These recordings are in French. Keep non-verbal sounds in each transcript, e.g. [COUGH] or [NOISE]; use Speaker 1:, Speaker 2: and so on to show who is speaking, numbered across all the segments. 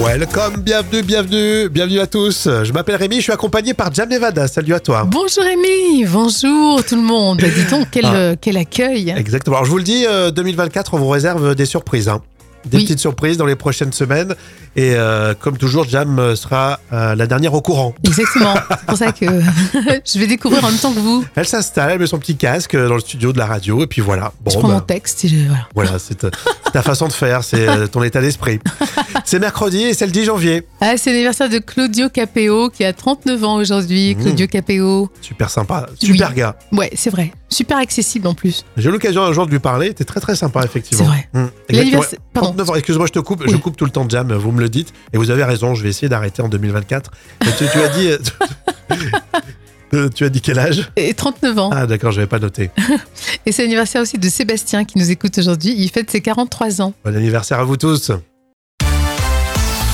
Speaker 1: Welcome, bienvenue, bienvenue, bienvenue à tous. Je m'appelle Rémi, je suis accompagné par Jam Nevada. Salut à toi.
Speaker 2: Bonjour Rémi, bonjour tout le monde. Dis donc, quel,
Speaker 1: Ah.
Speaker 2: euh, quel accueil.
Speaker 1: Exactement. Alors je vous le dis, euh, 2024, on vous réserve des surprises. hein. Des
Speaker 2: Oui.
Speaker 1: petites surprises dans les prochaines semaines. Et euh, comme toujours, Jam euh, sera euh, la dernière au courant.
Speaker 2: Exactement, c'est pour ça que [LAUGHS] je vais découvrir en même temps que vous.
Speaker 1: Elle s'installe, elle met son petit casque euh, dans le studio de la radio. Et puis voilà. Bon,
Speaker 2: je prends
Speaker 1: bah,
Speaker 2: mon texte et je- voilà.
Speaker 1: voilà, c'est ta, c'est ta façon de faire, c'est euh, ton état d'esprit. C'est mercredi et c'est le 10 janvier.
Speaker 2: Ah, c'est l'anniversaire de Claudio Capéo qui a 39 ans aujourd'hui.
Speaker 1: Mmh.
Speaker 2: Claudio Capéo.
Speaker 1: Super sympa, super
Speaker 2: Oui.
Speaker 1: gars.
Speaker 2: Ouais, c'est vrai. Super accessible en plus.
Speaker 1: J'ai eu l'occasion un jour de lui parler, t'es très très sympa effectivement.
Speaker 2: C'est vrai.
Speaker 1: Mm, exactement.
Speaker 2: L'anniversaire. Pardon.
Speaker 1: 39 ans, excuse-moi, je te coupe, je
Speaker 2: Oui.
Speaker 1: coupe tout le temps de jam, vous me le dites, et vous avez raison, je vais essayer d'arrêter en 2024. Mais tu, tu as dit. euh, euh, [LAUGHS] tu as dit quel âge
Speaker 2: Et 39 ans.
Speaker 1: Ah d'accord, je vais pas noté.
Speaker 2: Et c'est l'anniversaire aussi de Sébastien qui nous écoute aujourd'hui. Il fête ses 43 ans.
Speaker 1: Bon anniversaire à vous tous.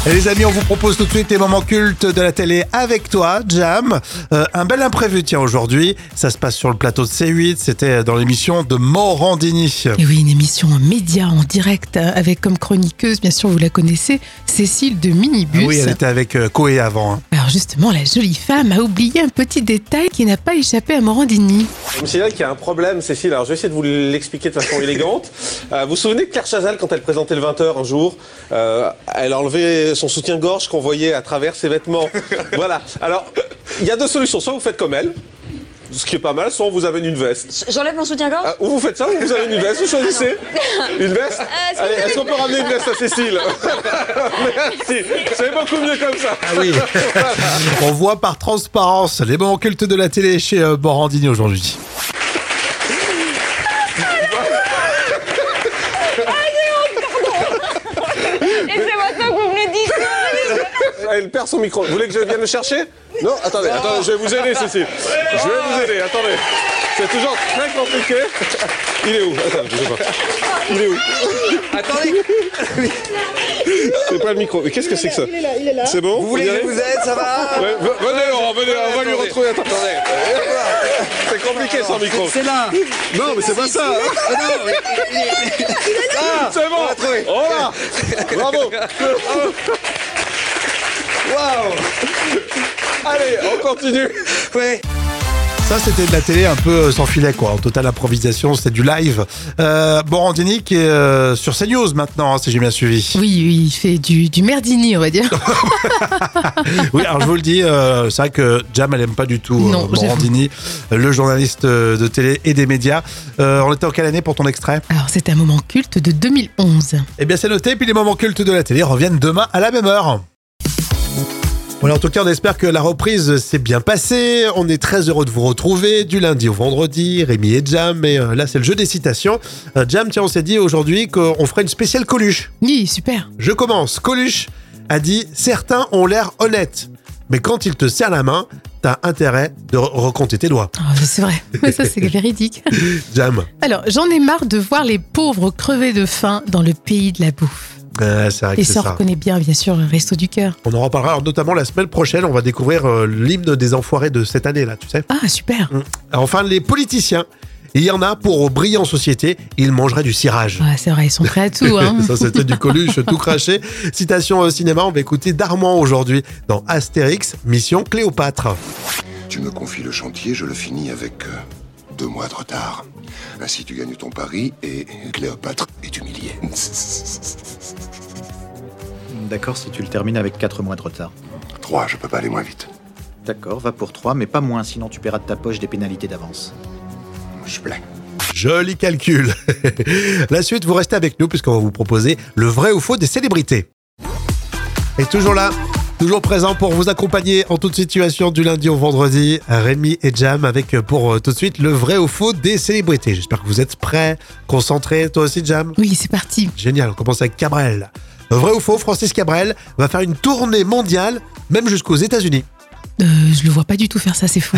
Speaker 1: Et les amis, on vous propose tout de suite les moments cultes de la télé avec toi, Jam. Euh, un bel imprévu, tiens, aujourd'hui. Ça se passe sur le plateau de C8. C'était dans l'émission de Morandini. Ah
Speaker 2: Et oui, une émission en média, en direct, euh, avec comme chroniqueuse, bien sûr, vous la connaissez, Cécile de
Speaker 1: Ah
Speaker 2: Minibus.
Speaker 1: oui, elle était avec euh, Coé avant. hein.
Speaker 2: Alors justement, la jolie femme a oublié un petit détail qui n'a pas échappé à Morandini.
Speaker 3: Je me signale qu'il y a un problème, Cécile. Alors, je vais essayer de vous l'expliquer de façon
Speaker 4: [LAUGHS]
Speaker 3: élégante. Euh, vous vous souvenez de Claire Chazal, quand elle présentait le 20h un jour, euh, elle a enlevé son soutien-gorge qu'on voyait à travers
Speaker 4: [LAUGHS]
Speaker 3: ses vêtements. voilà. Alors, il y a deux solutions. Soit vous faites comme elle, ce qui est pas mal, soit on vous amène une veste.
Speaker 4: J'enlève mon soutien-gorge
Speaker 3: Ah, ou vous faites ça, ou vous amène une veste, vous
Speaker 4: [LAUGHS]
Speaker 3: choisissez. Une veste
Speaker 4: Euh, est-ce que
Speaker 3: Allez,
Speaker 4: vous avez-
Speaker 3: est-ce qu'on peut ramener une veste à
Speaker 4: [LAUGHS]
Speaker 3: Cécile [LAUGHS] Merci. C'est beaucoup mieux comme ça.
Speaker 1: Ah oui. On voit par transparence les moments cultes de la télé chez euh, Morandini aujourd'hui.
Speaker 4: Et c'est maintenant que vous me le dites
Speaker 3: Ah, Elle perd son micro. Vous voulez que je vienne le chercher Non Attendez, attendez, je vais vous aider, Cécile. Je vais vous aider, attendez. C'est toujours très compliqué. Il est où Attends, je sais pas. Il est où Attendez C'est pas le micro. Mais qu'est-ce que c'est que ça C'est bon Vous
Speaker 5: voulez que je vous aide, ça va
Speaker 3: Ouais, ve- Venez, Laurent, venez, on va lui retrouver. Attendez. C'est compliqué sans micro.
Speaker 5: C'est là
Speaker 3: Non, mais c'est pas ça. hein.
Speaker 5: Ah non, il est- il est- Ah,
Speaker 3: C'est bon.
Speaker 5: on l'a trouvé.
Speaker 3: On l'a. Bravo.
Speaker 5: Waouh
Speaker 3: Allez, on continue.
Speaker 5: Ouais
Speaker 1: Ça, c'était de la télé un peu euh, sans filet, quoi. En totale improvisation, c'était du live. Euh, Morandini qui est euh, sur CNews maintenant, hein, si j'ai bien
Speaker 2: [LAUGHS]
Speaker 1: suivi.
Speaker 2: Oui, oui, il fait du, du merdini, on va
Speaker 1: [LAUGHS]
Speaker 2: dire.
Speaker 1: Oui, alors je vous le dis, euh, c'est vrai que Jam, elle aime pas du tout euh,
Speaker 2: Non, j'avoue.
Speaker 1: Morandini, le journaliste euh, de télé et des médias. Euh, on était en quelle année pour ton extrait
Speaker 2: Alors c'est un moment culte de 2011.
Speaker 1: Eh bien, c'est noté. Puis les moments cultes de la télé reviennent demain à la même heure. Voilà, en tout cas, on espère que la reprise s'est bien passée. On est très heureux de vous retrouver du lundi au vendredi, Rémi et Jam. Et euh, là, c'est le jeu des citations. Euh, Jam, tiens, on s'est dit aujourd'hui qu'on ferait une spéciale Coluche.
Speaker 2: Oui, super.
Speaker 1: Je commence. Coluche a dit Certains ont l'air honnêtes, mais quand ils te serrent la main, t'as intérêt de re- recompter tes doigts.
Speaker 2: Ah, c'est vrai,
Speaker 1: [LAUGHS]
Speaker 2: Ouais, ça c'est véridique.
Speaker 1: Jam,
Speaker 2: Alors j'en ai marre de voir les pauvres crever de faim dans le pays de la bouffe.
Speaker 1: euh, c'est vrai que
Speaker 2: Et
Speaker 1: c'est
Speaker 2: ça, on
Speaker 1: ça.
Speaker 2: reconnaît bien, bien sûr, le resto du cœur.
Speaker 1: On en reparlera alors, notamment la semaine prochaine. On va découvrir euh, l'hymne des enfoirés de cette année, là, tu sais.
Speaker 2: Ah, super.
Speaker 1: Enfin, les politiciens. Il y en a pour aux brillants sociétés, ils mangeraient du cirage.
Speaker 2: Ouais, c'est vrai, ils sont prêts
Speaker 1: [LAUGHS]
Speaker 2: à tout. Hein.
Speaker 1: Ça, c'était du Coluche tout craché. Citation au cinéma, on va écouter Darman aujourd'hui dans Astérix, Mission Cléopâtre.
Speaker 6: Tu me confies le chantier, je le finis avec euh, deux mois de retard. Ainsi, tu gagnes ton pari et Cléopâtre est humiliée. [LAUGHS]
Speaker 7: D'accord si tu le termines avec 4 mois de retard.
Speaker 6: Trois, je peux pas aller moins vite.
Speaker 7: D'accord, va pour 3, mais pas moins, sinon tu paieras de ta poche des pénalités d'avance.
Speaker 6: Je blague.
Speaker 1: Joli calcul. [LAUGHS] La suite, vous restez avec nous puisqu'on va vous proposer le vrai ou faux des célébrités. Et toujours là, toujours présent pour vous accompagner en toute situation du lundi au vendredi, Rémi et Jam avec euh, pour euh, tout de suite le vrai ou faux des célébrités. J'espère que vous êtes prêts, concentrés. Toi aussi, Jam
Speaker 2: Oui, c'est parti.
Speaker 1: Génial, on commence avec Cabrel. Vrai ou faux, Francis Cabrel va faire une tournée mondiale, même jusqu'aux États-Unis.
Speaker 2: Euh, je le vois pas du tout faire ça,
Speaker 1: [LAUGHS]
Speaker 2: c'est fou.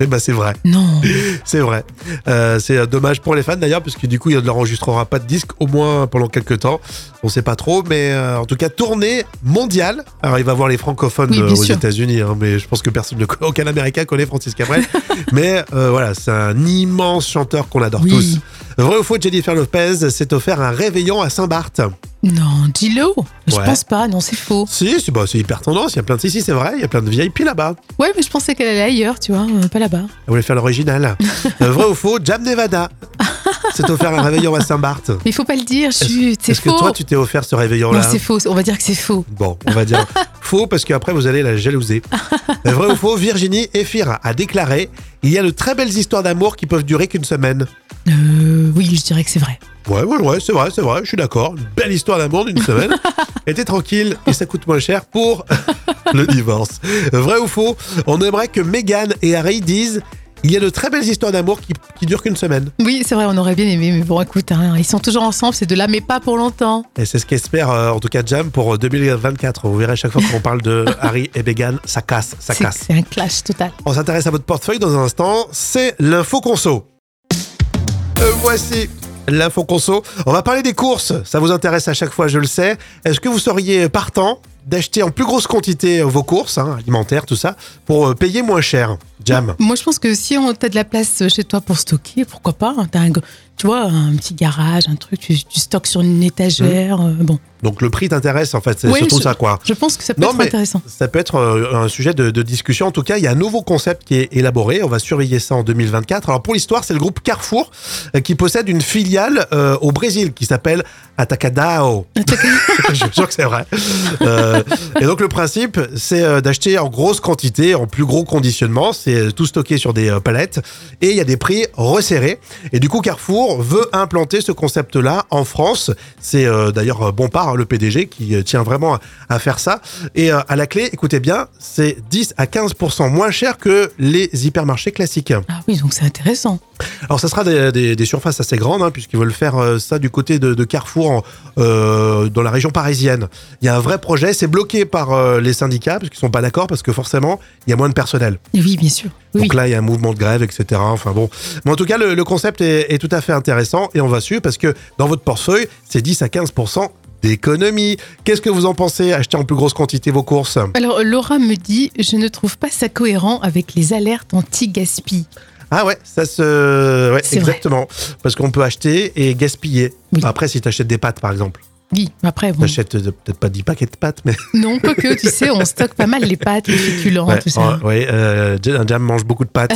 Speaker 1: Eh ben c'est vrai,
Speaker 2: Non.
Speaker 1: c'est vrai. Euh, c'est euh, dommage pour les fans d'ailleurs, puisque du coup il ne leur enregistrera pas de disque, au moins pendant quelques temps. On sait pas trop, mais euh, en tout cas tournée mondiale. Alors il va voir les francophones
Speaker 2: Oui, bien
Speaker 1: euh, aux
Speaker 2: sûr.
Speaker 1: États-Unis, hein, mais je pense que personne, ne connaît-
Speaker 2: [LAUGHS]
Speaker 1: aucun Américain connaît Francis Cabrel. mais euh, voilà, c'est un immense chanteur qu'on adore
Speaker 2: Oui.
Speaker 1: tous. Vrai ou faux, Jennifer Lopez s'est offert un réveillon à Saint-Barth.
Speaker 2: Non, dis-le. Je
Speaker 1: Ouais.
Speaker 2: pense pas, non, c'est faux.
Speaker 1: Si, c'est bah, c'est hyper tendance, il y a plein de... Si, si, c'est vrai, il y a plein de VIP là-bas.
Speaker 2: Ouais, mais je pensais qu'elle allait ailleurs, tu vois, euh, pas là-bas.
Speaker 1: Elle voulait faire
Speaker 2: [LAUGHS]
Speaker 1: l'original. Euh, vrai ou faux, Jam Nevada s'est offert un réveillon à Saint-Barth.
Speaker 2: Mais il faut pas le dire, chut, c'est
Speaker 1: Est-ce que
Speaker 2: faux.
Speaker 1: toi, tu t'es offert ce
Speaker 2: non,
Speaker 1: réveillon-là
Speaker 2: c'est faux, on va dire que c'est faux.
Speaker 1: Bon, on va
Speaker 2: [LAUGHS]
Speaker 1: dire faux parce qu'après vous allez la jalouser. Vrai ou faux, Virginie Efira a déclaré Il y a de très belles histoires d'amour qui peuvent durer qu'une semaine.
Speaker 2: Euh, oui, je dirais que c'est vrai.
Speaker 1: Ouais, ouais, ouais, c'est vrai, c'est vrai, je suis d'accord. Une belle histoire d'amour d'une semaine. Et t'es tranquille et ça coûte moins cher pour [LAUGHS] le divorce. Vrai ou faux, on aimerait que Meghan et Harry disent Il y a de très belles histoires d'amour qui, qui durent qu'une semaine.
Speaker 2: Oui, c'est vrai, on aurait bien aimé, mais bon, écoute, hein, ils sont toujours ensemble, c'est de là, mais pas pour longtemps.
Speaker 1: Et c'est ce qu'espère euh, en tout cas Jam pour 2024. Vous verrez à chaque fois qu'on parle de Harry et Meghan, ça casse, ça
Speaker 2: C'est
Speaker 1: casse.
Speaker 2: c'est un clash total.
Speaker 1: On s'intéresse à votre portefeuille dans un instant. C'est l'info conso. Euh, voici l'info conso. On va parler des courses. Ça vous intéresse à chaque fois, je le sais. Est-ce que vous seriez partant d'acheter en plus grosse quantité euh, vos courses hein, alimentaires, tout ça, pour euh, payer moins cher Jam.
Speaker 2: Moi, je pense que si on t'as de la place chez toi pour stocker, pourquoi pas hein, t'as un gr- Tu vois, un petit garage, un truc, tu, tu stockes sur une étagère.
Speaker 1: Mmh.
Speaker 2: euh, bon,
Speaker 1: Donc le prix t'intéresse en fait, c'est
Speaker 2: Oui,
Speaker 1: surtout
Speaker 2: je-
Speaker 1: ça quoi.
Speaker 2: je pense que ça peut
Speaker 1: Non,
Speaker 2: être
Speaker 1: mais-
Speaker 2: intéressant.
Speaker 1: Ça peut être euh, un sujet de, de discussion. En tout cas, il y a un nouveau concept qui est élaboré. On va surveiller ça en 2024. Alors pour l'histoire, c'est le groupe Carrefour euh, qui possède une filiale euh, au Brésil qui s'appelle Atacadao. [LAUGHS] Je suis sûr que c'est vrai. Euh, et donc le principe, c'est euh, d'acheter en grosse quantité, en plus gros conditionnement. C'est euh, tout stocké sur des euh, palettes et il y a des prix resserrés. Et du coup, Carrefour veut implanter ce concept-là en France. C'est euh, d'ailleurs euh, Bompard, hein, le PDG, qui euh, tient vraiment à, à faire ça. Et euh, à la clé, écoutez bien, c'est 10 à 15% moins cher que les hypermarchés classiques.
Speaker 2: Ah oui, donc c'est intéressant.
Speaker 1: Alors, ça sera des, des- des surfaces assez grandes, hein, puisqu'ils veulent faire euh, ça du côté de, de Carrefour, en- euh, dans la région parisienne. Il y a un vrai projet, c'est bloqué par euh, les syndicats, parce qu'ils sont pas d'accord, parce que forcément, il y a moins de personnel.
Speaker 2: Et Oui, bien sûr. Oui.
Speaker 1: Donc là, il y a un mouvement de grève, etc. Enfin bon. Mais en tout cas, le, le concept est, est tout à fait intéressant et on va suivre parce que dans votre portefeuille, c'est 10 à 15 d'économie. Qu'est-ce que vous en pensez Acheter en plus grosse quantité vos courses
Speaker 2: Alors, Laura me dit Je ne trouve pas ça cohérent avec les alertes anti-gaspi.
Speaker 1: Ah ouais, ça se. Ouais,
Speaker 2: C'est vrai.
Speaker 1: exactement. Parce qu'on peut acheter et gaspiller.
Speaker 2: Oui.
Speaker 1: Après, si tu achètes des pâtes, par exemple,
Speaker 2: Oui, mais après, bon.
Speaker 1: t'achètes euh, peut-être pas 10 paquets de pâtes, mais.
Speaker 2: Non, quoique, tu sais, on stocke pas mal les pâtes, les féculents,
Speaker 1: Ouais,
Speaker 2: tout ça.
Speaker 1: oh, ouais, euh, Jam Jam mange beaucoup de
Speaker 2: [LAUGHS]
Speaker 1: pâtes.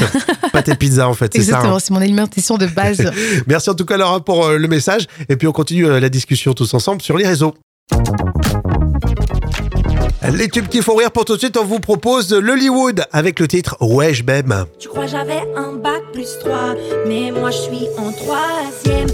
Speaker 1: pâtes et pizza, en fait, c'est ça. hein.
Speaker 2: Exactement, c'est mon alimentation
Speaker 1: [LAUGHS]
Speaker 2: de base.
Speaker 1: Merci en tout cas Laura pour euh, le message et puis on continue euh, la discussion tous ensemble sur les réseaux. Les tubes qui font rire pour tout de suite, on vous propose l'Hollywood avec le titre Ouais, je m'aime.
Speaker 8: Tu crois j'avais un bac plus 3, mais moi je suis en troisième.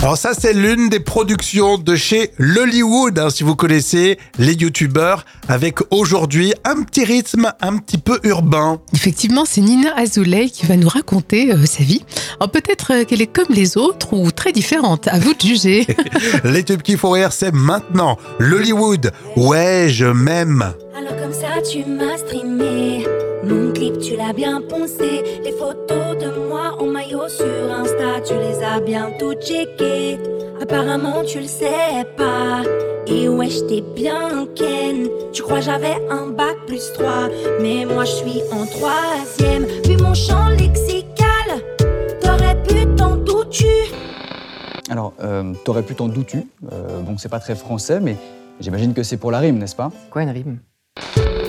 Speaker 1: Alors ça, c'est l'une des productions de chez l'Hollywood, hein, si vous connaissez les youtubeurs, avec aujourd'hui un petit rythme un petit peu urbain.
Speaker 2: Effectivement, c'est Nina Azoulay qui va nous raconter euh, sa vie. Alors, peut-être euh, qu'elle est comme les autres ou très différente. À vous
Speaker 9: [LAUGHS]
Speaker 2: de juger.
Speaker 1: Les tubes qui font rire, c'est maintenant l'Hollywood. Ouais, je m'aime.
Speaker 8: Alors comme ça tu m'as streamé. Mon clip tu l'as bien poncé. Les photos de moi en maillot sur Insta, tu les as bien tout checkées. Apparemment tu le sais pas. Et ouais je t'ai bien ken. Tu crois j'avais un bac plus 3, mais moi je suis en troisième. Vu mon champ lexical, t'aurais pu t'en douter.
Speaker 10: Alors, euh, t'aurais pu t'en douter. Euh, bon, c'est pas très français, mais j'imagine que c'est pour la rime, n'est-ce pas
Speaker 9: Quoi une rime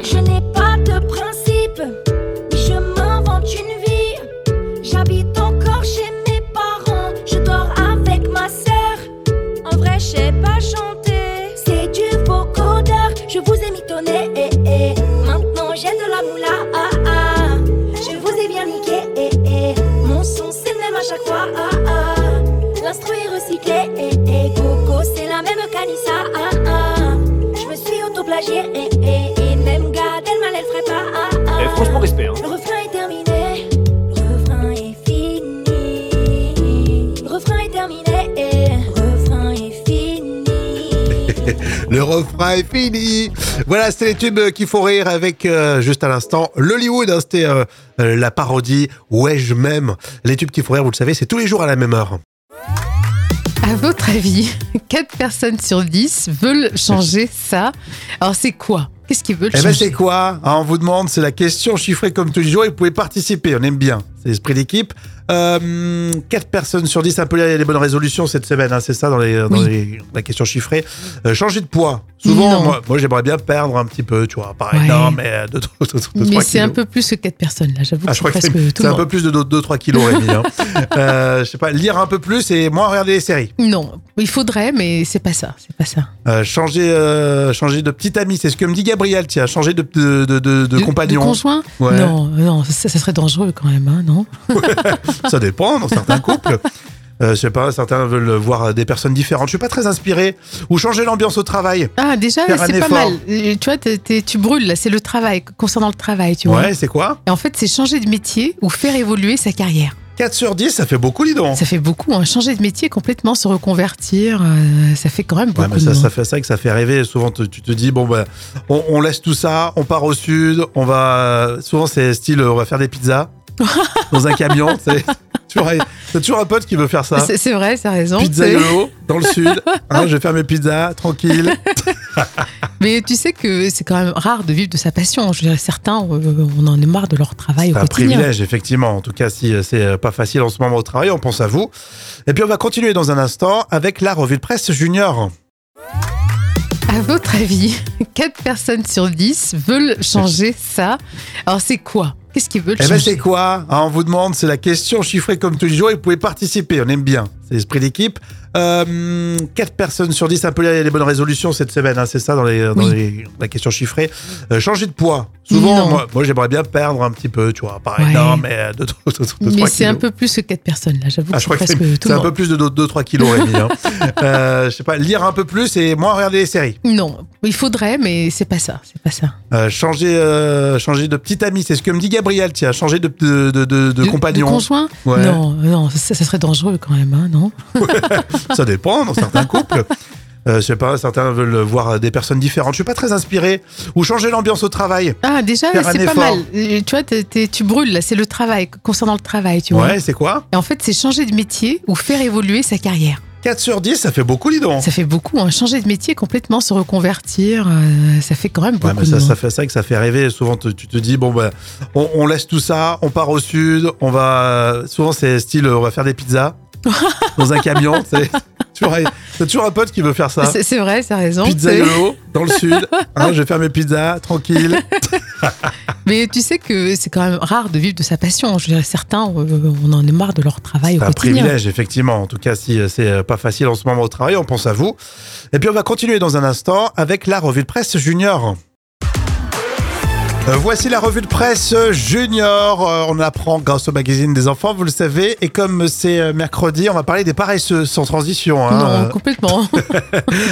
Speaker 8: Je n'ai pas de principe, mais je m'invente une vie. J'habite encore chez mes parents, je dors avec ma sœur. En vrai, je sais pas chanter. C'est du beau codeur, je vous ai mitonné. Eh, eh. Maintenant, j'ai de la moula. Ah, ah. Je vous ai bien niqué. Eh, eh. Mon son, c'est le même à chaque fois. Ah, ah. L'instru est recyclé. Eh, eh. Coco, c'est la même canissa. Ah, ah. Je me suis autoplagié. Eh, eh. Et même Gad Elmaleh le ferait pas. Ah, ah.
Speaker 11: franchement, respect. Hein.
Speaker 8: Le refrain est terminé. Le refrain est fini. Le refrain est terminé. Le refrain est fini.
Speaker 1: Le refrain est fini. Voilà, c'était les tubes qui font rire avec, euh, juste à l'instant, l'Hollywood. hein, c'était euh, euh, la parodie Ouais, je m'aime. Les tubes qui font rire, vous le savez, c'est tous les jours à la même heure.
Speaker 2: À votre avis, 4 personnes sur 10 veulent changer ça. Alors, c'est quoi Qu'est-ce qu'ils veulent
Speaker 1: Eh
Speaker 2: changer
Speaker 1: ben, c'est quoi Ah, On vous demande, c'est la question chiffrée comme tous les jours et vous pouvez participer. On aime bien. C'est l'esprit d'équipe. Euh, 4 personnes sur 10, un peu les les bonnes résolutions cette semaine, hein, c'est ça dans, les, dans
Speaker 2: Oui.
Speaker 1: les- la question chiffrée. Euh, changer de poids. Souvent,
Speaker 2: Non.
Speaker 1: moi, moi, j'aimerais bien perdre un petit peu, tu vois. Pas
Speaker 2: Ouais.
Speaker 1: énorme, mais euh, deux, trois- deux, trois- deux,
Speaker 2: Mais
Speaker 1: trois
Speaker 2: c'est un
Speaker 1: kilos.
Speaker 2: peu plus que quatre personnes, là, j'avoue.
Speaker 1: Ah,
Speaker 2: que
Speaker 1: je crois que
Speaker 2: c'est
Speaker 1: c'est
Speaker 2: presque tout
Speaker 1: c'est
Speaker 2: le
Speaker 1: un peu
Speaker 2: monde.
Speaker 1: plus de 2-3 kilos, Rémi.
Speaker 2: [LAUGHS]
Speaker 1: hein. Euh, je sais pas, lire un peu plus et moins regarder les séries.
Speaker 2: Non, il faudrait, mais c'est pas ça. C'est pas ça.
Speaker 1: Euh, changer, euh, changer de petit ami, c'est ce que me dit Gabriel, tiens. Changer de, de, de, de- de compagnon.
Speaker 2: conjoint
Speaker 1: Ouais.
Speaker 2: Non, non, ça, ça serait dangereux quand même, hein, non
Speaker 1: Ça dépend dans certains
Speaker 2: [LAUGHS]
Speaker 1: couples. Euh, je sais pas, certains veulent voir des personnes différentes. Je suis pas très inspiré. Ou changer l'ambiance au travail.
Speaker 2: Ah, déjà,
Speaker 1: Faire un
Speaker 2: c'est pas
Speaker 1: effort.
Speaker 2: mal. Euh, Tu vois, t'es- t'es- tu brûles, là, c'est le travail, concernant le travail, tu vois.
Speaker 1: Ouais, c'est quoi
Speaker 2: Et en fait, c'est changer de métier ou faire évoluer sa carrière.
Speaker 1: 4 sur 10, ça fait beaucoup, dis donc.
Speaker 2: Ça fait beaucoup, hein, changer de métier complètement, se reconvertir, euh, ça fait quand même
Speaker 1: Ouais,
Speaker 2: beaucoup.
Speaker 1: mais ça,
Speaker 2: hein.
Speaker 1: ça fait ça que ça fait rêver. Souvent, tu, tu te dis bon ben, on, on laisse tout ça, on part au sud, on va. Souvent, c'est style, euh, on va faire des pizzas dans un camion. C'est toujours, c'est toujours un pote qui veut faire ça.
Speaker 2: C'est- [LAUGHS] C'est vrai, c'est raison.
Speaker 1: Pizza
Speaker 2: C'est-
Speaker 1: yolo dans le sud. Hein, je vais faire mes pizzas tranquille.
Speaker 2: Mais tu sais que c'est quand même rare de vivre de sa passion. Je veux dire, certains, euh, on en est marre de leur travail au
Speaker 1: C'est un
Speaker 2: quotidien.
Speaker 1: privilège, effectivement. En tout cas, si euh, c'est euh, pas facile en ce moment au travail, on pense à vous. Et puis, on va continuer dans un instant avec la revue de presse junior.
Speaker 2: À votre avis, [LAUGHS] 4 personnes sur 10 veulent changer ça. Alors, c'est quoi Qu'est-ce qu'ils veulent
Speaker 1: Eh ben,
Speaker 2: changer
Speaker 1: c'est quoi Ah, On vous demande, c'est la question chiffrée comme tous les jours et vous pouvez participer, on aime bien. C'est l'esprit d'équipe. Euh, 4 personnes sur 10, un peu les les bonnes résolutions cette semaine, hein, c'est ça dans, les, dans
Speaker 2: Oui.
Speaker 1: les- la question chiffrée. Euh, changer de poids. Souvent,
Speaker 2: Non.
Speaker 1: moi, moi, j'aimerais bien perdre un petit peu, tu vois. Pas
Speaker 2: Ouais.
Speaker 1: énorme, mais euh, deux, deux, deux, deux,
Speaker 2: Mais
Speaker 1: trois
Speaker 2: c'est un
Speaker 1: kilos.
Speaker 2: peu plus que 4 personnes, là, j'avoue.
Speaker 1: Ah,
Speaker 2: que
Speaker 1: je crois que
Speaker 2: c'est
Speaker 1: c'est
Speaker 2: presque tout
Speaker 1: c'est
Speaker 2: le
Speaker 1: un
Speaker 2: monde.
Speaker 1: peu plus de 2-3 kilos, Rémi.
Speaker 2: [LAUGHS]
Speaker 1: hein. Euh, je sais pas, lire un peu plus et moins regarder les séries.
Speaker 2: Non, il faudrait, mais c'est pas ça. C'est pas ça.
Speaker 1: Euh, changer, euh, changer de petit ami, c'est ce que me dit Gabriel, tiens. Changer de, de, de- de- de compagnon.
Speaker 2: conjoint
Speaker 1: Ouais.
Speaker 2: Non, non, ça, ça serait dangereux quand même, hein, non
Speaker 1: Ça dépend dans
Speaker 2: [LAUGHS]
Speaker 1: certains couples. Euh, je sais pas, certains veulent voir des personnes différentes. Je suis pas très inspiré. Ou changer l'ambiance au travail.
Speaker 2: Ah, déjà,
Speaker 1: Faire un
Speaker 2: c'est pas
Speaker 1: effort.
Speaker 2: mal. Euh, Tu vois, t'es- t'es- tu brûles, là, c'est le travail, concernant le travail, tu vois.
Speaker 1: ouais, c'est quoi
Speaker 2: Et en fait, c'est changer de métier ou faire évoluer sa carrière.
Speaker 1: 4 sur 10, ça fait beaucoup, dis donc.
Speaker 2: Ça fait beaucoup, hein, changer de métier complètement, se reconvertir, euh, ça fait quand même
Speaker 1: Ouais,
Speaker 2: beaucoup.
Speaker 1: mais ça,
Speaker 2: de
Speaker 1: ça
Speaker 2: [LAUGHS] monde.
Speaker 1: fait ça que ça fait rêver. Souvent, tu, tu te dis, bon, ben, on, on laisse tout ça, on part au sud, on va. Souvent, c'est style, on va faire des
Speaker 2: [LAUGHS]
Speaker 1: pizzas dans un camion. C'est toujours, c'est toujours un pote qui veut faire ça.
Speaker 2: C'est- C'est vrai, ça raison.
Speaker 1: Pizza
Speaker 2: c'est-
Speaker 1: yolo dans le sud. Hein, je vais faire mes pizzas, tranquille.
Speaker 2: [LAUGHS] Mais tu sais que c'est quand même rare de vivre de sa passion. Je veux dire, certains, euh, on en est marre de leur travail au
Speaker 1: C'est un
Speaker 2: quotidien.
Speaker 1: privilège, hein. effectivement. En tout cas, si euh, c'est euh, pas facile en ce moment au travail, on pense à vous. Et puis, on va continuer dans un instant avec la revue de presse junior. Euh, Voici la revue de presse junior. Euh, On apprend grâce au magazine des enfants, vous le savez. Et comme c'est euh, mercredi, on va parler des paresseux sans transition. hein,
Speaker 2: Non,
Speaker 1: euh,
Speaker 2: complètement.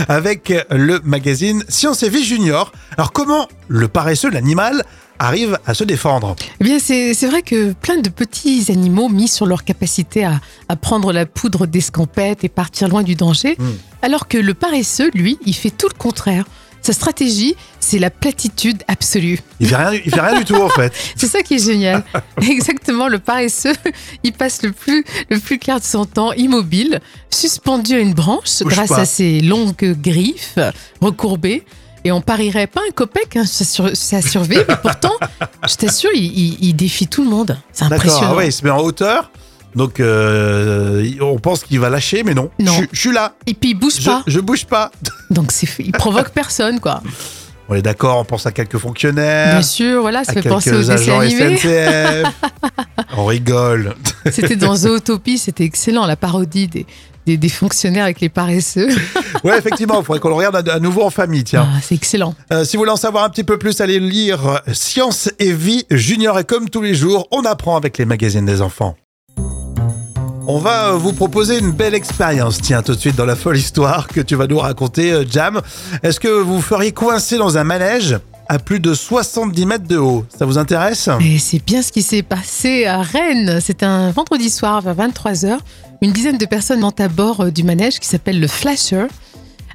Speaker 1: avec le magazine Science et Vie Junior. Alors, comment le paresseux, l'animal, arrive à se défendre
Speaker 2: Eh bien, c'est c'est vrai que plein de petits animaux mis sur leur capacité à, à prendre la poudre d'escampette et partir loin du danger,
Speaker 1: Mm.
Speaker 2: alors que le paresseux, lui, il fait tout le contraire. Sa stratégie, c'est la platitude absolue.
Speaker 1: Il fait rien, il fait rien du tout, en fait.
Speaker 2: C'est ça qui est
Speaker 1: [LAUGHS]
Speaker 2: génial. Exactement, le paresseux, il passe le plus, le plus clair de son temps immobile, suspendu à une branche
Speaker 1: Bouge
Speaker 2: grâce
Speaker 1: pas.
Speaker 2: à ses longues griffes recourbées. Et on parierait pas un copec, hein, ça, sur- ça survit, mais
Speaker 1: [LAUGHS]
Speaker 2: pourtant, je t'assure, il, il- il défie tout le monde. C'est
Speaker 1: D'accord,
Speaker 2: impressionnant.
Speaker 1: ah ouais, il se met en hauteur. Donc, euh, on pense qu'il va lâcher, mais non.
Speaker 2: Non.
Speaker 1: Je, je suis là.
Speaker 2: Et puis il bouge
Speaker 1: Je,
Speaker 2: pas,
Speaker 1: je bouge pas.
Speaker 2: donc c'est, il provoque
Speaker 1: [LAUGHS]
Speaker 2: personne, quoi.
Speaker 1: On est d'accord, on pense à quelques fonctionnaires,
Speaker 2: Bien sûr, voilà, ça
Speaker 1: à
Speaker 2: fait penser aux
Speaker 1: quelques
Speaker 2: dessins
Speaker 1: agents
Speaker 2: animés.
Speaker 1: SNCF.
Speaker 2: [LAUGHS]
Speaker 1: on rigole.
Speaker 2: C'était
Speaker 1: [LAUGHS]
Speaker 2: dans Zootopie, c'était excellent, la parodie des, des, des fonctionnaires avec les paresseux.
Speaker 1: Ouais, effectivement, il faudrait qu'on le regarde à, à nouveau en famille, tiens.
Speaker 2: Ah, c'est excellent.
Speaker 1: Euh, si vous voulez en savoir un petit peu plus, allez lire Science et Vie Junior. Et comme tous les jours, on apprend avec les magazines des enfants. On va euh, vous proposer une belle expérience, tiens, tout de suite dans la folle histoire que tu vas nous raconter, euh, Jam. Est-ce que vous vous feriez coincer dans un manège à plus de 70 mètres de haut Ça vous intéresse
Speaker 2: Et c'est bien ce qui s'est passé à Rennes. C'est un vendredi soir vers 23h. Une dizaine de personnes montent à bord euh, du manège qui s'appelle le Flasher.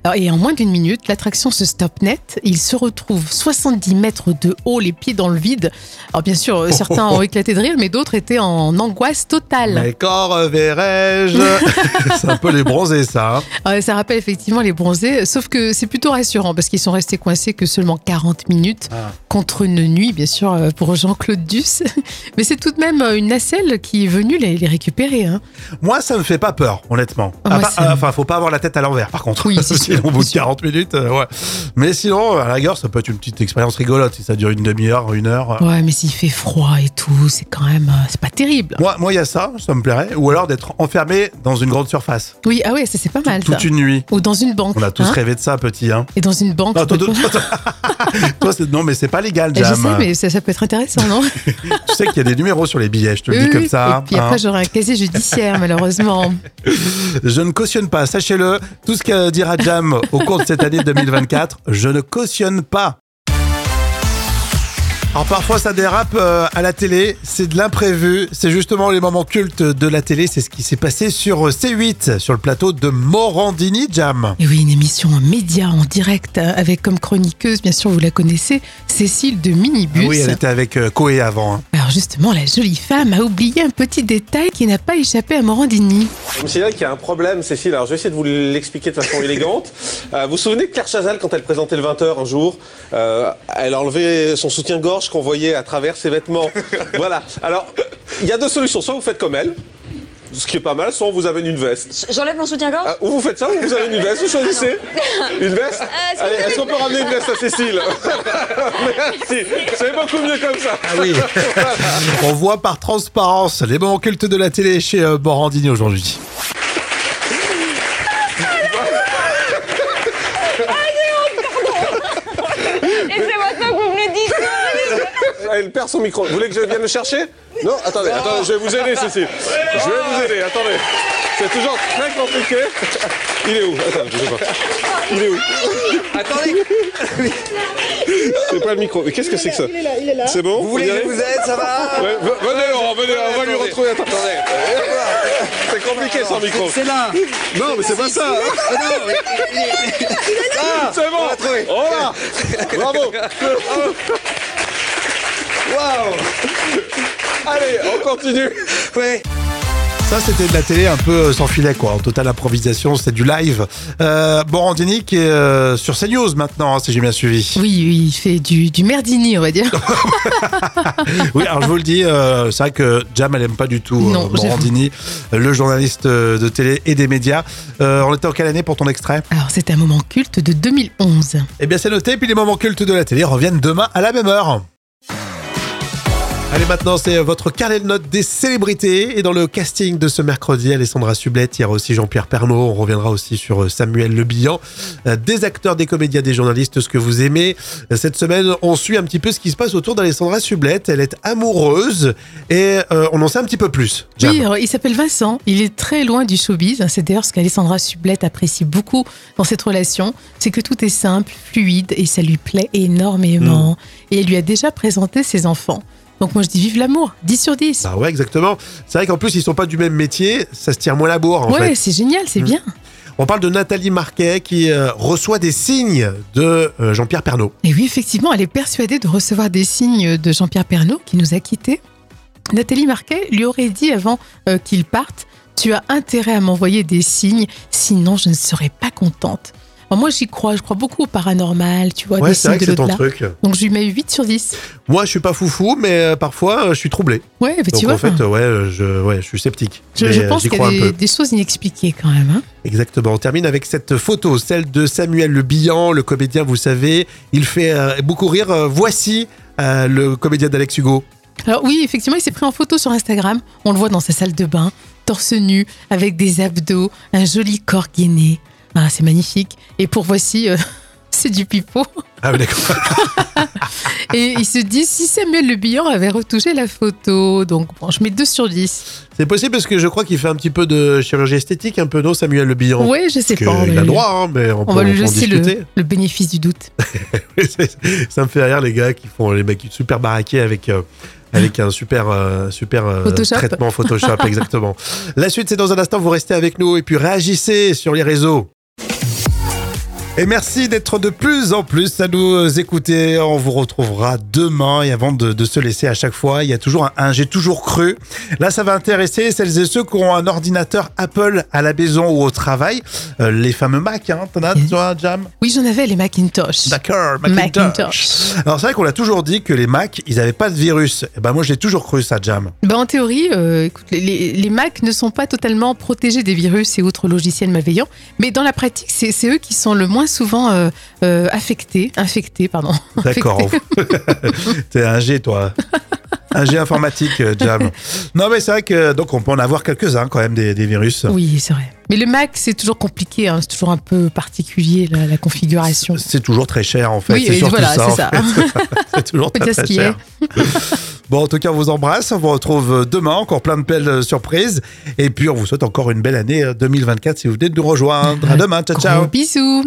Speaker 2: Alors, Et en moins d'une minute, l'attraction se stoppe net. Il se retrouve 70 mètres de haut, les pieds dans le vide. Alors bien sûr, euh, certains ont éclaté de rire, mais d'autres étaient en angoisse totale.
Speaker 1: Mais quand reverrai-je [LAUGHS] C'est un peu les bronzés, ça. hein.
Speaker 2: Ouais, ça rappelle effectivement les bronzés, sauf que c'est plutôt rassurant parce qu'ils sont restés coincés que seulement 40 minutes
Speaker 1: Ah.
Speaker 2: contre une nuit, bien sûr, euh, pour Jean-Claude Duss. [LAUGHS] Mais c'est tout de même euh, une nacelle qui est venue les, les récupérer. hein.
Speaker 1: Moi, ça me fait pas peur, honnêtement.
Speaker 2: Ah,
Speaker 1: À
Speaker 2: moi,
Speaker 1: part-
Speaker 2: ça me-
Speaker 1: Enfin, faut pas avoir la tête à l'envers, par contre. [LAUGHS]
Speaker 2: Oui, c'est
Speaker 1: Sinon,
Speaker 2: sûr,
Speaker 1: au bout
Speaker 2: c'est
Speaker 1: de
Speaker 2: sûr.
Speaker 1: 40 minutes, euh, ouais. Mais sinon, à la gare, ça peut être une petite expérience rigolote si ça dure une demi-heure, une heure. euh.
Speaker 2: Ouais, mais s'il fait froid et tout, c'est quand même. euh, C'est pas terrible.
Speaker 1: Moi, moi, il y a ça, ça me plairait. Ou alors d'être enfermé dans une grande surface
Speaker 2: Oui, ah ouais, ça c'est pas mal ça.
Speaker 1: toute une nuit.
Speaker 2: Ou dans une banque.
Speaker 1: On a tous
Speaker 2: hein.
Speaker 1: rêvé de ça, petit. Hein.
Speaker 2: Et dans une banque.
Speaker 1: Non,
Speaker 2: tu peux
Speaker 1: toi, toi,
Speaker 2: pas-
Speaker 1: toi, toi- toi, c'est- non, mais c'est pas
Speaker 2: [LAUGHS]
Speaker 1: légal,
Speaker 2: Eh,
Speaker 1: Jam.
Speaker 2: Je sais, mais ça, ça peut être intéressant,
Speaker 1: [LAUGHS]
Speaker 2: non
Speaker 1: Tu sais qu'il y a des numéros sur les billets, je te le dis
Speaker 2: Oui,
Speaker 1: comme
Speaker 2: oui.
Speaker 1: ça.
Speaker 2: Et puis
Speaker 1: hein.
Speaker 2: après, j'aurai un casier judiciaire,
Speaker 1: [LAUGHS]
Speaker 2: malheureusement.
Speaker 1: Je ne cautionne pas, sachez-le, tout ce que dira Jam au cours de cette année 2024, je ne cautionne pas. Alors parfois ça dérape euh, à la télé, c'est de l'imprévu, c'est justement les moments cultes de la télé, c'est ce qui s'est passé sur C8, sur le plateau de Morandini Jam.
Speaker 2: Et oui, une émission en média, en direct, hein, avec comme chroniqueuse, bien sûr, vous la connaissez, Cécile de Minibus.
Speaker 1: Ah oui, elle était avec euh, Coé avant. hein.
Speaker 2: Alors justement, la jolie femme a oublié un petit détail qui n'a pas échappé à Morandini.
Speaker 3: Je me signale qu'il y a un problème, Cécile. Alors, je vais essayer de vous l'expliquer de
Speaker 4: [LAUGHS]
Speaker 3: façon élégante. Euh, vous vous souvenez de Claire Chazal, quand elle présentait le 20h un jour, euh, elle a enlevé son soutien-gorge qu'on voyait à travers
Speaker 4: [LAUGHS]
Speaker 3: ses vêtements. voilà. Alors, il y a deux solutions. Soit vous faites comme elle, ce qui est pas mal, soit on vous amène une veste.
Speaker 4: J'enlève mon soutien-gorge
Speaker 3: Ah, ou vous faites ça, ou vous amène une veste,
Speaker 4: [LAUGHS]
Speaker 3: vous choisissez. Une veste
Speaker 4: Euh, est-ce que
Speaker 3: Allez,
Speaker 4: vous avez
Speaker 3: est-ce qu'on peut ramener une veste à
Speaker 4: [LAUGHS]
Speaker 3: Cécile [LAUGHS] Merci. C'est beaucoup mieux comme ça.
Speaker 1: [LAUGHS] On voit par transparence les moments cultes de la télé chez euh, Morandini aujourd'hui.
Speaker 4: Et c'est maintenant que vous me le dites
Speaker 3: Ah, Elle perd son micro. Vous voulez que je vienne le chercher Non Attendez, attendez, je vais vous aider, Cécile. Je vais vous aider, attendez. C'est toujours très compliqué. Il est où Attends, je sais pas. Il est où
Speaker 5: Attendez,
Speaker 3: C'est pas le micro. Mais qu'est-ce que c'est que ça Il est là, il est là. C'est bon
Speaker 5: vous voulez que je vous aide, ça va
Speaker 3: Ouais, ve- venez Laurent, venez, on va lui
Speaker 5: Attendez.
Speaker 3: retrouver. Attendez. C'est compliqué sans micro.
Speaker 5: C'est là
Speaker 3: Non, mais c'est pas ça. hein.
Speaker 5: Ah non, mais- il est- il est là
Speaker 3: C'est bon.
Speaker 5: On l'a trouvé
Speaker 3: On l'a. Bravo.
Speaker 5: Waouh
Speaker 3: Allez, on continue.
Speaker 5: Ouais
Speaker 1: Ça, c'était de la télé un peu euh, sans filet, quoi. En totale improvisation, c'est du live. Euh, Morandini qui est euh, sur CNews maintenant, hein, si j'ai bien
Speaker 2: [LAUGHS]
Speaker 1: suivi.
Speaker 2: Oui, oui, il fait du, du merdini, on
Speaker 1: [LAUGHS]
Speaker 2: va dire.
Speaker 1: Oui, alors je vous le dis, euh, c'est vrai que Jam, elle aime pas du tout euh,
Speaker 2: Non, j'avoue.
Speaker 1: Morandini, le journaliste euh, de télé et des médias. Euh, on était en quelle année pour ton extrait
Speaker 2: Alors c'est un moment culte de 2011.
Speaker 1: Eh bien, c'est noté. Puis les moments cultes de la télé reviennent demain à la même heure. Allez, maintenant, c'est votre carnet de notes des célébrités. Et dans le casting de ce mercredi, Alessandra Sublette, il y aura aussi Jean-Pierre Pernaud. On reviendra aussi sur Samuel Le Bihan. Euh, Des acteurs, des comédiens, des journalistes, ce que vous aimez. Euh, Cette semaine, on suit un petit peu ce qui se passe autour d'Alessandra Sublette. Elle est amoureuse et euh, on en sait un petit peu plus. Jam.
Speaker 2: Oui, alors, il s'appelle Vincent, il est très loin du showbiz. Hein, C'est d'ailleurs ce qu'Alessandra Sublette apprécie beaucoup dans cette relation, c'est que tout est simple, fluide et ça lui plaît énormément. Et elle lui a déjà présenté ses enfants. Donc moi je dis vive l'amour, 10 sur 10.
Speaker 1: Ah ouais, exactement. C'est vrai qu'en plus, ils sont pas du même métier. Ça se tire moins la bourre, en fait. Mm.
Speaker 2: ouais, c'est génial, c'est bien.
Speaker 1: On parle de Nathalie Marquet qui euh, reçoit des signes de euh, Jean-Pierre Pernaud.
Speaker 2: Et oui, effectivement, elle est persuadée de recevoir des signes de Jean-Pierre Pernaud qui nous a quittés. Nathalie Marquet lui aurait dit avant euh, qu'il parte Tu as intérêt à m'envoyer des signes, sinon je ne serai pas contente. Alors moi, j'y crois, je crois beaucoup au paranormal, tu vois, des signes de l'au-delà.
Speaker 1: truc.
Speaker 2: Donc je lui mets 8 sur 10.
Speaker 1: Moi, je suis pas foufou, mais euh, parfois, euh, je suis troublé.
Speaker 2: Ouais, bah,
Speaker 1: Donc,
Speaker 2: tu vois,
Speaker 1: en fait, euh, ouais, euh, je, ouais, je suis sceptique.
Speaker 2: je,
Speaker 1: Mais,
Speaker 2: je
Speaker 1: euh,
Speaker 2: pense
Speaker 1: j'y
Speaker 2: qu'il y
Speaker 1: crois
Speaker 2: a
Speaker 1: un
Speaker 2: des,
Speaker 1: peu.
Speaker 2: des choses inexpliquées quand même. hein.
Speaker 1: Exactement. On termine avec cette photo, celle de Samuel Le Bihan, le comédien, vous savez. Il fait euh, beaucoup rire. Euh, Voici euh, le comédien d'Alex Hugo.
Speaker 2: Alors oui, effectivement, il s'est pris en photo sur Instagram. On le voit dans sa salle de bain, torse nu, avec des abdos, un joli corps gainé. Ah, c'est magnifique. Et pour voici, euh, [LAUGHS] c'est du pipeau.
Speaker 1: Ah, oui, d'accord. [LAUGHS]
Speaker 2: Et il se dit si Samuel Le Bihan avait retouché la photo. Donc bon, je mets 2 sur 10.
Speaker 1: C'est possible parce que je crois qu'il fait un petit peu de chirurgie esthétique, un peu, non, Samuel Le Bihan
Speaker 2: Ouais, je sais
Speaker 1: Parce
Speaker 2: pas. on
Speaker 1: qu'il
Speaker 2: va
Speaker 1: a
Speaker 2: lui-
Speaker 1: le droit, hein, mais on,
Speaker 2: On
Speaker 1: peut
Speaker 2: va lui
Speaker 1: peut en
Speaker 2: laisser le,
Speaker 1: discuter.
Speaker 2: le bénéfice du doute.
Speaker 1: C'est- [LAUGHS] ça me fait rire les gars qui font les mecs super baraqués avec euh, avec un super euh, super euh,
Speaker 2: Photoshop.
Speaker 1: traitement Photoshop exactement. La suite c'est dans un instant vous restez avec nous et puis réagissez sur les réseaux. Et merci d'être de plus en plus à nous euh, écouter. On vous retrouvera demain. Et avant de, de se laisser à chaque fois, il y a toujours un, un j'ai toujours cru. Là, ça va intéresser celles et ceux qui ont un ordinateur Apple à la maison ou au travail. Euh, les fameux Mac, hein. T'en as, toi, Jam
Speaker 2: Oui, j'en avais les Macintosh.
Speaker 1: D'accord, Macintosh.
Speaker 2: Macintosh.
Speaker 1: Alors, c'est vrai qu'on a toujours dit que les Mac, ils n'avaient pas de virus. Et ben, moi, j'ai toujours cru ça, Jam.
Speaker 2: Ben, en théorie, euh, écoute, les, les, les Mac ne sont pas totalement protégés des virus et autres logiciels malveillants, mais dans la pratique, c'est c'est eux qui sont le moins souvent euh, euh, affectés, infectés, pardon.
Speaker 1: D'accord.
Speaker 2: Infectés.
Speaker 1: [LAUGHS] T'es un G, toi. Un G informatique, euh, Jam. Non, mais c'est vrai que donc on peut en avoir quelques-uns quand même des, des virus.
Speaker 2: Oui, c'est vrai. Mais le Mac, c'est toujours compliqué, hein, c'est toujours un peu particulier la, la configuration.
Speaker 1: C'est toujours très cher en fait.
Speaker 2: Oui,
Speaker 1: c'est
Speaker 2: et
Speaker 1: surtout
Speaker 2: voilà,
Speaker 1: ça.
Speaker 2: c'est
Speaker 1: en
Speaker 2: ça.
Speaker 1: fait. c'est toujours très,
Speaker 2: Faut dire ce
Speaker 1: très
Speaker 2: qui
Speaker 1: cher. bon, en tout cas, on vous embrasse. On vous retrouve euh, demain. Encore plein de belles euh, surprises. Et puis, on vous souhaite encore une belle année euh, 2024 si vous venez de nous rejoindre. À demain. Ciao, ciao.
Speaker 2: Gros bisous.